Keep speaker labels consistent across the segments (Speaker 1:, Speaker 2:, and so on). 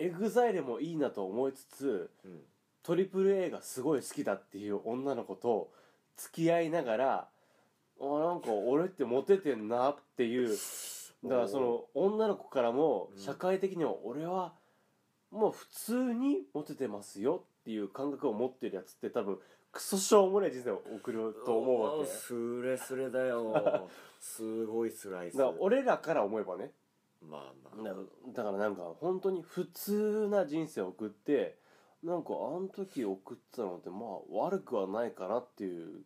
Speaker 1: エグザイルもいいなと思いつつ
Speaker 2: うん
Speaker 1: トリプル a がすごい好きだっていう女の子と付き合いながらあなんか俺ってモテてんなっていうだからその女の子からも
Speaker 2: うん
Speaker 1: 社会的には俺はもう普通にモテてますよっていう感覚を持ってるやつって多分クソしょうもない人生を送ると思うわけだ
Speaker 2: スレスレ だよすごいスライス
Speaker 1: から俺らから思えばね
Speaker 2: まあまあ
Speaker 1: だだからなんか本当に普通な人生を送ってなんかあの時送ってたのってまあ悪くはないかなっていう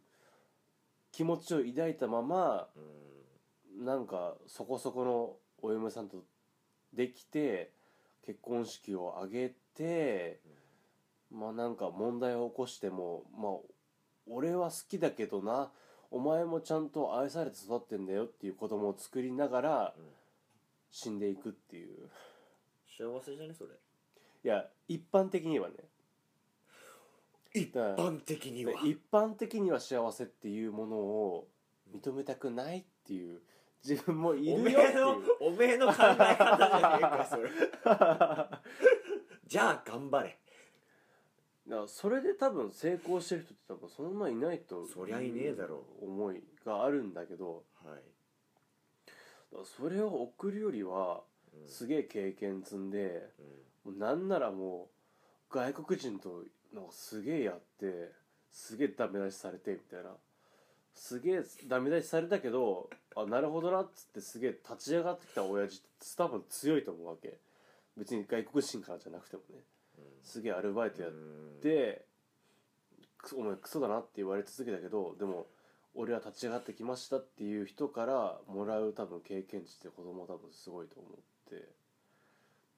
Speaker 1: 気持ちを抱いたまま
Speaker 2: うん
Speaker 1: なんかそこそこのお嫁さんとできて結婚式を挙げてまあなんか問題を起こしてもまあ俺は好きだけどなお前もちゃんと愛されて育ってんだよっていう子供を作りながら
Speaker 2: うん
Speaker 1: 死んでいくっていう。
Speaker 2: 幸せじゃねそれ
Speaker 1: いや一般的にはね
Speaker 2: 一
Speaker 1: だから
Speaker 2: 般的には
Speaker 1: 一般的には幸せっていうものを認めたくないっていう自分もい
Speaker 2: お
Speaker 1: る
Speaker 2: め
Speaker 1: よって
Speaker 2: え
Speaker 1: い
Speaker 2: の
Speaker 1: う
Speaker 2: おめえの考え方じゃねえか それじゃあ頑張れ
Speaker 1: だからそれで多分成功してる人って多分そんないないと
Speaker 2: そりゃいねえだろ
Speaker 1: 思いがあるんだけど
Speaker 2: はい
Speaker 1: だからそれを送るよりは
Speaker 2: うん
Speaker 1: すげえ経験積んで
Speaker 2: うん
Speaker 1: もうなんならもう外国人となんかすげえやってすげえダメ出しされてみたいなすげえダメ出しされたけどあなるほどなっつってすげえ立ち上がってきた親父って多分強いと思うわけ別に外国人からじゃなくてもねすげえアルバイトやって、くお前クソだなって言われ続けたけどでも俺は立ち上がってきましたっていう人からもらう多分経験値って子供は多分すごいと思って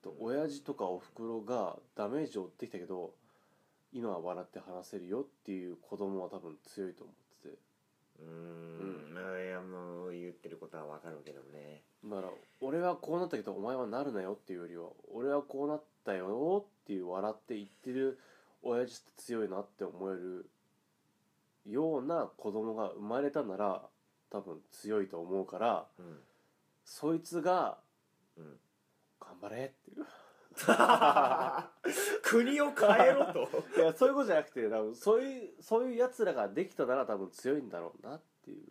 Speaker 1: と親父とかおふくろがダメージを負ってきたけど今は笑って話せるよっていう子供は多分強いと思ってて
Speaker 2: うーんまあいやもう言ってることはわかるけどね
Speaker 1: だから俺はこうなったけどお前はなるなよっていうよりは俺はこうなったよっていう笑って言ってる親父って強いなって思えるような子供が生まれたなら多分強いと思うから
Speaker 2: うん
Speaker 1: そいつが
Speaker 2: うん
Speaker 1: 頑張れっていう
Speaker 2: 国を変え ろと
Speaker 1: いやそういうことじゃなくて多分そういうそういうやつらができたなら多分強いんだろうなっていう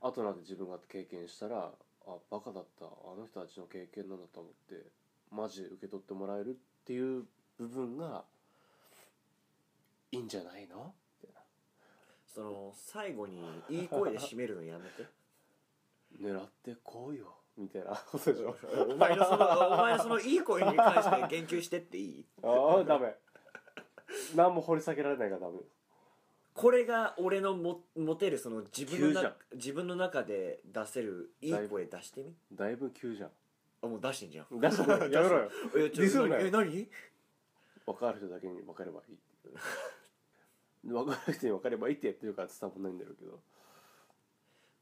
Speaker 1: あとなんて自分が経験したらあバカだったあの人たちの経験なんだと思ってマジで受け取ってもらえるっていう部分がいいんじゃないのみたい
Speaker 2: その最後にいい声で締めるのやめ て
Speaker 1: な狙ってこうよみたいなことでしょ
Speaker 2: お前のそのお前のそのいい声に関して言及してっていい
Speaker 1: ああダメ何も掘り下げられないからダメ
Speaker 2: これが俺のも持てるその自
Speaker 1: 急
Speaker 2: 分の
Speaker 1: じゃん
Speaker 2: な自分の中で出せるいい声出してみ
Speaker 1: だいぶ急じゃん
Speaker 2: あもう出してんじゃん
Speaker 1: 出してない やめろよ
Speaker 2: え
Speaker 1: ディスるなよ
Speaker 2: え何
Speaker 1: 分かる人だけに分かればいいっていう分かる人に分かればいいってやってるから伝わんないんだろうけど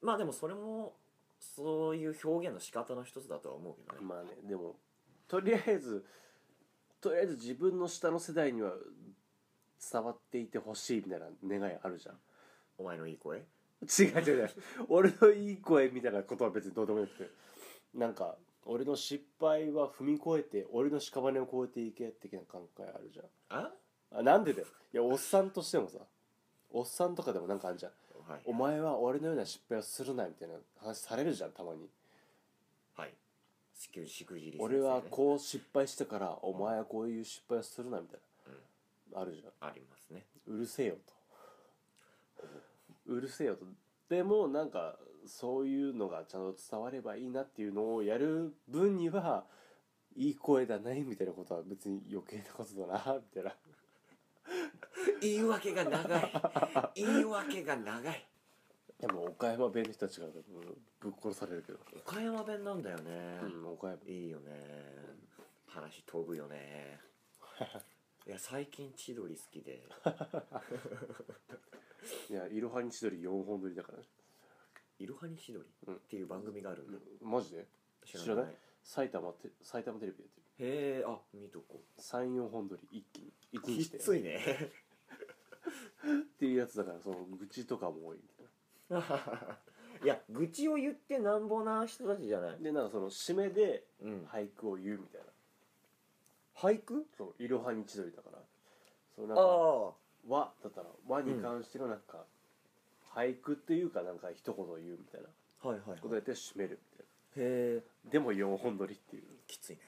Speaker 2: まあでもそれもそういう表現の仕方の一つだとは思うけどね、
Speaker 1: まあねでもとりあえずとりあえず自分の下の世代には伝わっていてほしいみたいな願いあるじゃん
Speaker 2: お前のいい声
Speaker 1: 違う違う違う俺のいい声みたいなことは別にどうでもよくてなんか俺の失敗は踏み越えて俺の屍を越えていけ的な考えあるじゃん
Speaker 2: あ
Speaker 1: あなんでだよいやおっさんとしてもさおっさんとかでもなんかあるじゃん
Speaker 2: はい
Speaker 1: お前は俺のような失敗をするなみたいな話されるじゃんたまに
Speaker 2: はいしくしくじり先生ね
Speaker 1: 俺はこう失敗したからお前はこういう失敗をするなみたいな、あるじゃん
Speaker 2: ありますね
Speaker 1: うるせえよとうるせえよとでもなんかそういうのがちゃんと伝わればいいなっていうのをやる分にはいい声だねみたいなことは別に余計なことだなみたい な
Speaker 2: 言い訳が長い言い訳が長い
Speaker 1: でも岡山弁の人たちがぶっ殺されるけど、
Speaker 2: 岡山弁なんだよね、
Speaker 1: うん、岡山
Speaker 2: いいよね話飛ぶ よねいや最近千鳥好きで
Speaker 1: いやいろはに千鳥4本撮りだからね
Speaker 2: 「いろはに千鳥」
Speaker 1: うん
Speaker 2: っていう番組があるんだ、
Speaker 1: マジで
Speaker 2: 知らない
Speaker 1: 知らない埼玉て埼玉テレビでやってる
Speaker 2: へえあ見とこ
Speaker 1: 34本撮り一気に一
Speaker 2: き
Speaker 1: 日
Speaker 2: っつ
Speaker 1: で
Speaker 2: いね
Speaker 1: やつだからその愚痴とかも多いみたい
Speaker 2: いや愚痴を言ってなんぼな人たちじゃない
Speaker 1: なでなんかその締めで
Speaker 2: うん
Speaker 1: 俳句を言うみたいな
Speaker 2: 俳句
Speaker 1: そう「いろはに千鳥」だからそうなんか
Speaker 2: あ
Speaker 1: 和だったら和に関してのなんか、俳句っていうかなんか一言言うみたいな
Speaker 2: あはいはい、はい、
Speaker 1: ことやって締めるみたい
Speaker 2: へえ
Speaker 1: なでも4本撮りっていう
Speaker 2: きついね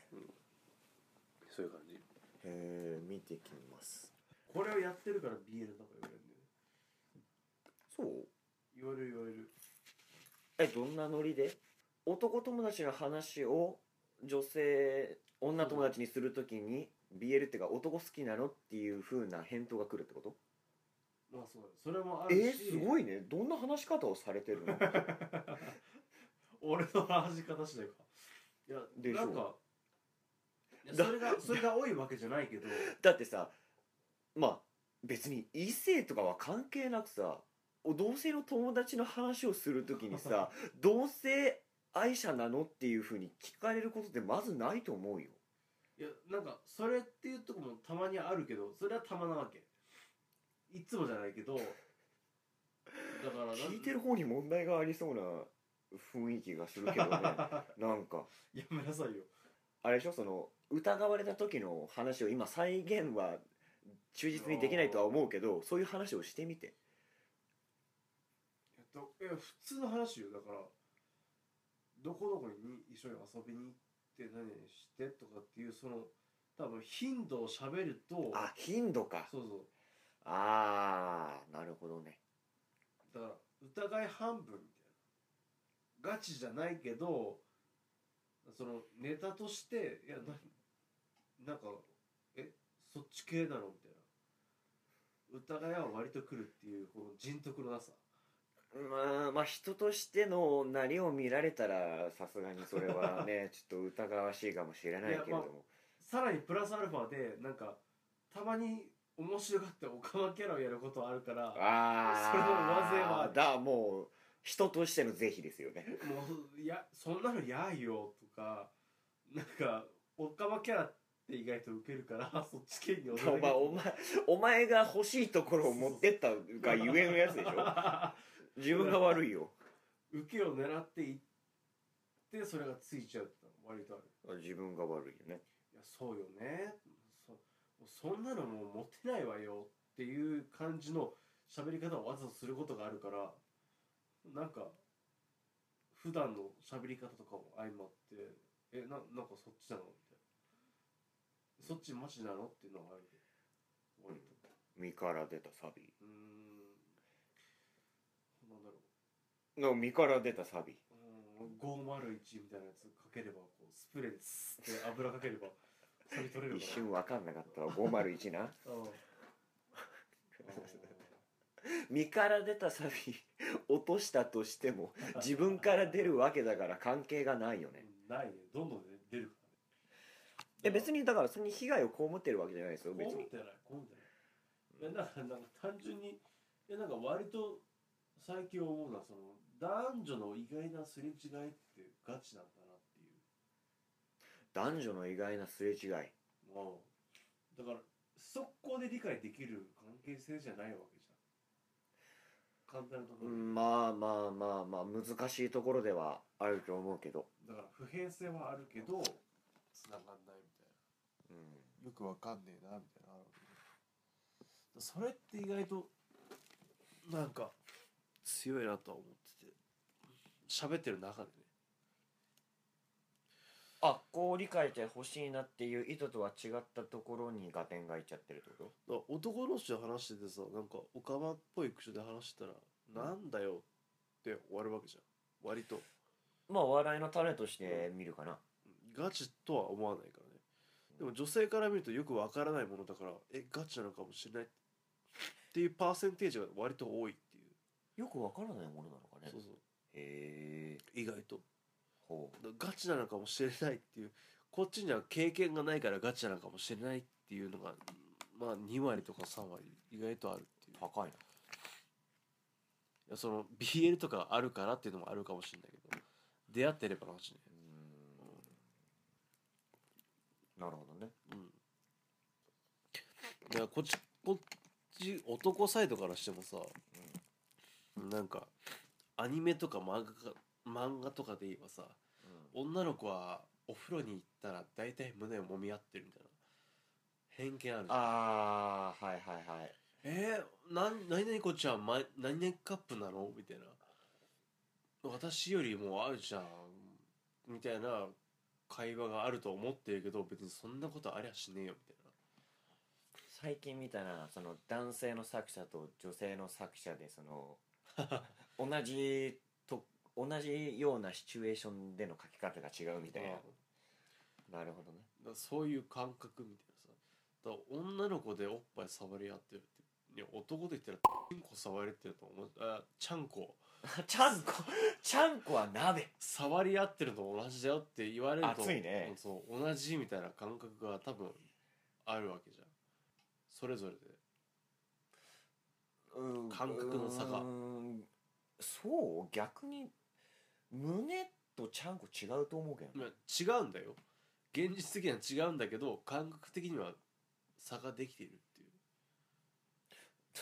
Speaker 1: そういう感じ
Speaker 2: へえ見てきます
Speaker 1: これをやってるから BL とか言われるんだよね
Speaker 2: そう
Speaker 1: 言われる言われる
Speaker 2: えどんなノリで男友達の話を女性女友達にするときに BL っていうか男好きなのっていう風な返答が来るってこと
Speaker 1: まあそうだねそれもあ
Speaker 2: え
Speaker 1: るし
Speaker 2: ー、すごいねどんな話し方をされてるの
Speaker 1: 俺の話し方次第かいや
Speaker 2: でし
Speaker 1: な
Speaker 2: ょ
Speaker 1: んかいや
Speaker 2: だ
Speaker 1: それ がそれが多いわけじゃないけど
Speaker 2: だってさまあ別に異性とかは関係なくさ同性の友達の話をするとき にさ同性愛者なのっていう風に聞かれることってまずないと思うよ
Speaker 1: いやなんかそれっていうとこもたまにあるけどそれはたまなわけいつもじゃないけどだからなん
Speaker 2: 聞いてる方に問題がありそうな雰囲気がするけ どねなんか
Speaker 1: やめなさいよ
Speaker 2: あれでしょその疑われた時の話を今再現は忠実にできないとは思うけどそういう話をしてみて
Speaker 1: えっといや普通の話よだからどこどこに一緒に遊びに行って何々してとかっていうその多分頻度を喋ると
Speaker 2: あ頻度か
Speaker 1: そうそう
Speaker 2: ああなるほどね
Speaker 1: だから疑い半分みたいなガチじゃないけどそのネタとしていやななんかえそっち系なのみたいな疑いは割と来るっていうこの人徳のなさ
Speaker 2: まあまあ人としてのなりを見られたらさすがにそれは ねちょっと疑わしいかもしれないけれども、
Speaker 1: いやさらにプラスアルファでなんかたまに面白がってオカマキャラをやることあるからそれも上背はあ
Speaker 2: ああ
Speaker 1: る
Speaker 2: だもう人としての是非ですよね
Speaker 1: もういやそんなのやいよとかなんかオカマキャラって意外とウケるからそっち系に
Speaker 2: お前お前お前が欲しいところを持ってったがゆえのやつでし ょ
Speaker 1: ょ
Speaker 2: 自分が悪いよ
Speaker 1: 受けを狙っていってそれがついちゃうってのは割とある
Speaker 2: 自分が悪いよね
Speaker 1: いやそうよねそそんなのもうモテないわよっていう感じの喋り方をわざとすることがあるからなんか普段の喋り方とかも相まってえななんかそっちなのみたいなそっちマジなのっていうのがある割と
Speaker 2: 身から出たサビ
Speaker 1: うーんなんだろう
Speaker 2: の身から出たサビ
Speaker 1: うん501みたいなやつかければこうスプレーでスッて油かければそれ取れる
Speaker 2: 一
Speaker 1: から
Speaker 2: 瞬分かんなかったわ501な
Speaker 1: うん
Speaker 2: 身から出たサビ落としたとしても自分から出るわけだから関係がないよね
Speaker 1: ないねどんどんね出るからね
Speaker 2: え別
Speaker 1: に
Speaker 2: にだからそれに被害を被ってるわけじゃないですよ別
Speaker 1: 別に
Speaker 2: に
Speaker 1: ってないこうみたいないやだからなんか単純にいやなんか割と最近思うのはその男女の意外なすれ違いってガチなんだなっていう
Speaker 2: 男女の意外なすれ違い
Speaker 1: のだから速攻で理解できる関係性じゃないわけじゃん簡単なとこ
Speaker 2: う
Speaker 1: ろで
Speaker 2: んまあまあまあまあ難しいところではあると思うけど、
Speaker 1: だから普遍性はあるけど繋がんないみたい
Speaker 2: うん、
Speaker 1: なよくわかんねえなみたいなのあるわけねだそれって意外となんか強いなとは思ってて喋ってる中でね
Speaker 2: あこう理解してほしいなっていう意図とは違ったところに合点がいっちゃってるってこ
Speaker 1: だから男同士で話しててさなんかオカマっぽい口で話してたらなんだよって終わるわけじゃん割と
Speaker 2: とまあ笑いの種として見るかな
Speaker 1: ガチとは思わないからねでも女性から見るとよくわからないものだからえガチなのかもしれないっていうパーセンテージが割と多いっていう
Speaker 2: よくわからないものなのかね
Speaker 1: そうそう
Speaker 2: へえ
Speaker 1: 意外と
Speaker 2: ほ
Speaker 1: だガチなのかもしれないっていうこっちには経験がないからガチなのかもしれないっていうのがまあ2割とか3割意外とあるっていう
Speaker 2: う高いない
Speaker 1: やその BL とかあるからっていうのもあるかもしれないけど出会ってればの話ね
Speaker 2: なるほどね
Speaker 1: うんだからこっちこっち男サイドからしてもさなんかアニメとか漫画か漫画とかで言えばさ女の子はお風呂に行ったら大体胸を揉み合ってるみたいな偏見あるじゃん
Speaker 2: ああはいはいはい
Speaker 1: えー、なん何々子ちゃんま何々カップなのみたいな私よりもあるじゃんみたいな会話があると思ってるけど別にそんなことありゃしねえよみ
Speaker 2: 最近みたいなその男性の作者と女性の作者でそ の同じと同じようなシチュエーションでの書き方が違うみ
Speaker 1: た
Speaker 2: た
Speaker 1: い
Speaker 2: い
Speaker 1: な、
Speaker 2: な
Speaker 1: だ、
Speaker 2: なるほどね
Speaker 1: からそういう感覚みたいなさだから女の子でおっぱい触り合ってるっていや男で言ったら ちんこ触れてると思うあちゃんこ
Speaker 2: ちゃんこちゃんこは鍋
Speaker 1: 触り合ってるのと同じだよって言われると
Speaker 2: 熱いね
Speaker 1: うんそう同じみたいな感覚が多分あるわけじゃんそれぞれで感覚の差が
Speaker 2: うーんそう逆に胸とちゃんこ 違うと思うけどね
Speaker 1: まあ、違うんだよ現実的には違うんだけど感覚的には差ができているってい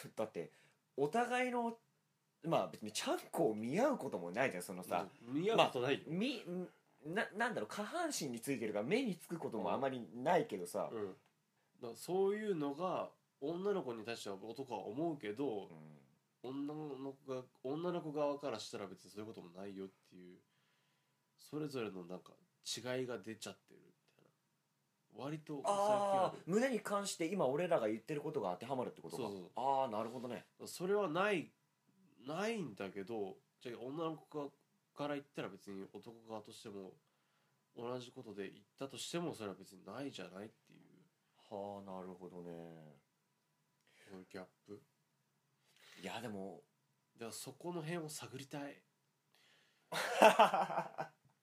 Speaker 1: う
Speaker 2: だってお互いのまあ別にちゃんこを見合うこともないじゃんそのさ、
Speaker 1: 似合うことないよ、
Speaker 2: みななんだろう下半身についてるから目につくこともあまりないけどさ、
Speaker 1: うん、だからそういうのが女の子に対しては男は思うけど
Speaker 2: う、ん
Speaker 1: 女の子が女の子側からしたら別にそういうこともないよっていうそれぞれのなんか違いが出ちゃってるみたいな割と最近
Speaker 2: あ
Speaker 1: あ
Speaker 2: あ
Speaker 1: る
Speaker 2: 胸に関して今俺らが言ってることが当てはまるってことか
Speaker 1: そうそう
Speaker 2: ああなるほどね
Speaker 1: それはないないんだけどじゃあ女の子がから言ったら別に男側としても同じことで言ったとしてもそれは別にないじゃないっていう
Speaker 2: はあなるほどね
Speaker 1: このギャップ
Speaker 2: いや でも
Speaker 1: だからそこの辺を探りたい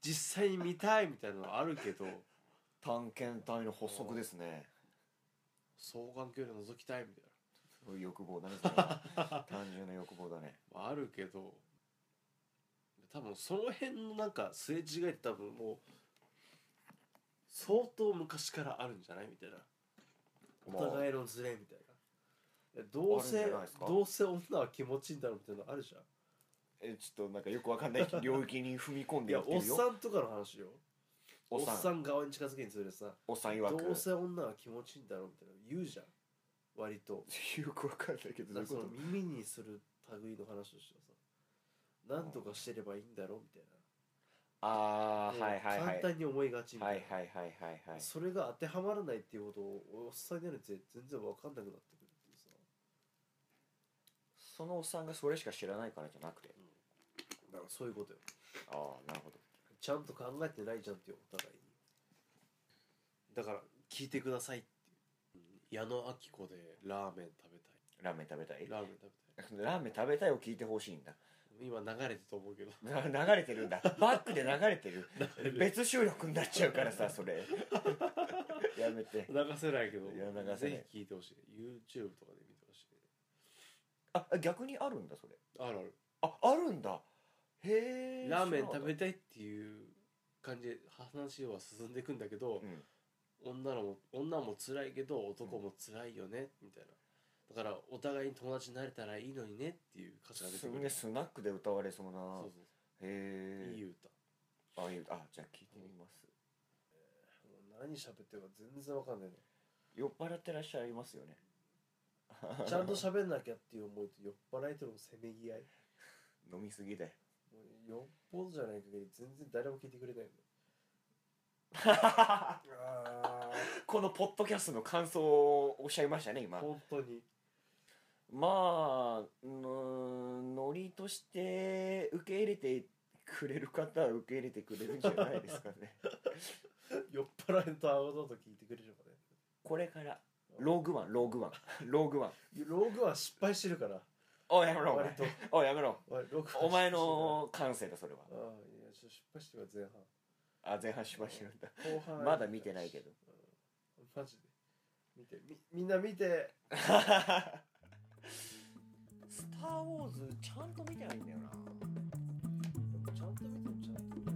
Speaker 1: 実際に見たいみたいなのはあるけど
Speaker 2: 探検隊の発足ですね
Speaker 1: 双眼鏡で覗きたいみたい
Speaker 2: そういう欲望だねそれは単純な欲望だね
Speaker 1: なのはあるけど多分その辺のなんかすれ違いって多分もう相当昔からあるんじゃないみたいなお互いのズレみたいなえどう
Speaker 2: あ
Speaker 1: せ
Speaker 2: るんじゃないですか
Speaker 1: どうせ女は気持ちいいんだろうみたいなのあるじゃ
Speaker 2: えちょっとなんかよくわか んない領域に踏み込ん
Speaker 1: んい
Speaker 2: で
Speaker 1: や
Speaker 2: 生き
Speaker 1: お
Speaker 2: て
Speaker 1: っ
Speaker 2: るよ
Speaker 1: さんとかの話よお
Speaker 2: お
Speaker 1: っ
Speaker 2: っ
Speaker 1: さん
Speaker 2: さん
Speaker 1: 側に近づけにつれてさ
Speaker 2: おっさん曰
Speaker 1: ど
Speaker 2: く
Speaker 1: うせ女は気持ちいいんだろうみたいなの言うじゃん割と
Speaker 2: よくわかんないけどどう
Speaker 1: だ
Speaker 2: いう
Speaker 1: か
Speaker 2: こ
Speaker 1: らその
Speaker 2: と
Speaker 1: 耳にする類の話をしてさなんとかしてればいいんだろうみたい
Speaker 2: ああ
Speaker 1: な
Speaker 2: はいはいはい
Speaker 1: 簡単に思いがちみた
Speaker 2: はいい
Speaker 1: な、
Speaker 2: はいはいはいはい
Speaker 1: それが当てはまらないっていうことをおっさんになるって全然わかんなくなってくるっていうさ
Speaker 2: そのおっさんがそれしか知らないからじゃなくて
Speaker 1: だからそういうことよ
Speaker 2: ああなるほど
Speaker 1: ちゃんと考えてないじゃんっていうお互いにだから聞いてくださいっていう矢野明子でラーメン食べた
Speaker 2: ラーメン食べた
Speaker 1: い
Speaker 2: い
Speaker 1: ラーメン食べた
Speaker 2: ラーメン食べたいを聞いてほしいんだ
Speaker 1: い今流れてと思 うけど
Speaker 2: な流れてるんだバックで流れてる別収録になっちゃうからさ それやめて
Speaker 1: 流せないけど
Speaker 2: いや流せない
Speaker 1: ぜひ聞いてほしい YouTube とかで見てほしい
Speaker 2: あ逆にあるんだそれ
Speaker 1: あるある
Speaker 2: ああるんだへえ
Speaker 1: ラーメン食べたいっていう感じで話は進んでいくんだけど、
Speaker 2: うん
Speaker 1: 女のも女も辛いけど男も辛いよね、みたいなだからお互いに友達になれたらいいのにねっていう歌詞が出て
Speaker 2: す
Speaker 1: く
Speaker 2: ごい
Speaker 1: る
Speaker 2: ねスナックで歌われそうな
Speaker 1: そうそうそう
Speaker 2: へえ
Speaker 1: いい歌
Speaker 2: あいいあじゃあ聞いてみます
Speaker 1: 何喋ってるか全然わかんないね
Speaker 2: 酔っ払ってらっしゃいますよね
Speaker 1: ちゃんと喋んなきゃっていう思いと酔っ払いとのせめぎ合い
Speaker 2: 飲みすぎだよ
Speaker 1: もうよっぽどじゃない限り全然誰も聞いてくれないの あ
Speaker 2: このポッドキャストの感想をおっしゃいましたね
Speaker 1: あ
Speaker 2: 今
Speaker 1: 本当に
Speaker 2: まあうーんノリとして受け入れてくれる方は受け入れてくれるんじゃないですかね
Speaker 1: 酔っ払いと青々と聞いてくれればね
Speaker 2: これからローグワンローグワ ンローグワン
Speaker 1: ログは失敗してるから
Speaker 2: おいやめろお
Speaker 1: 割
Speaker 2: 前
Speaker 1: と
Speaker 2: おいやめろ
Speaker 1: おいログは
Speaker 2: お前の感性だそれは
Speaker 1: 失敗してるからああいやちょっと失敗してるわ前
Speaker 2: あ前半しましたんだ
Speaker 1: 半後半
Speaker 2: まだ見てないけど
Speaker 1: マジで見てみみんな見て
Speaker 2: 「スター・ウォーズ」ちゃんと見てないんだよな
Speaker 1: ちゃんと見てもちゃんと見て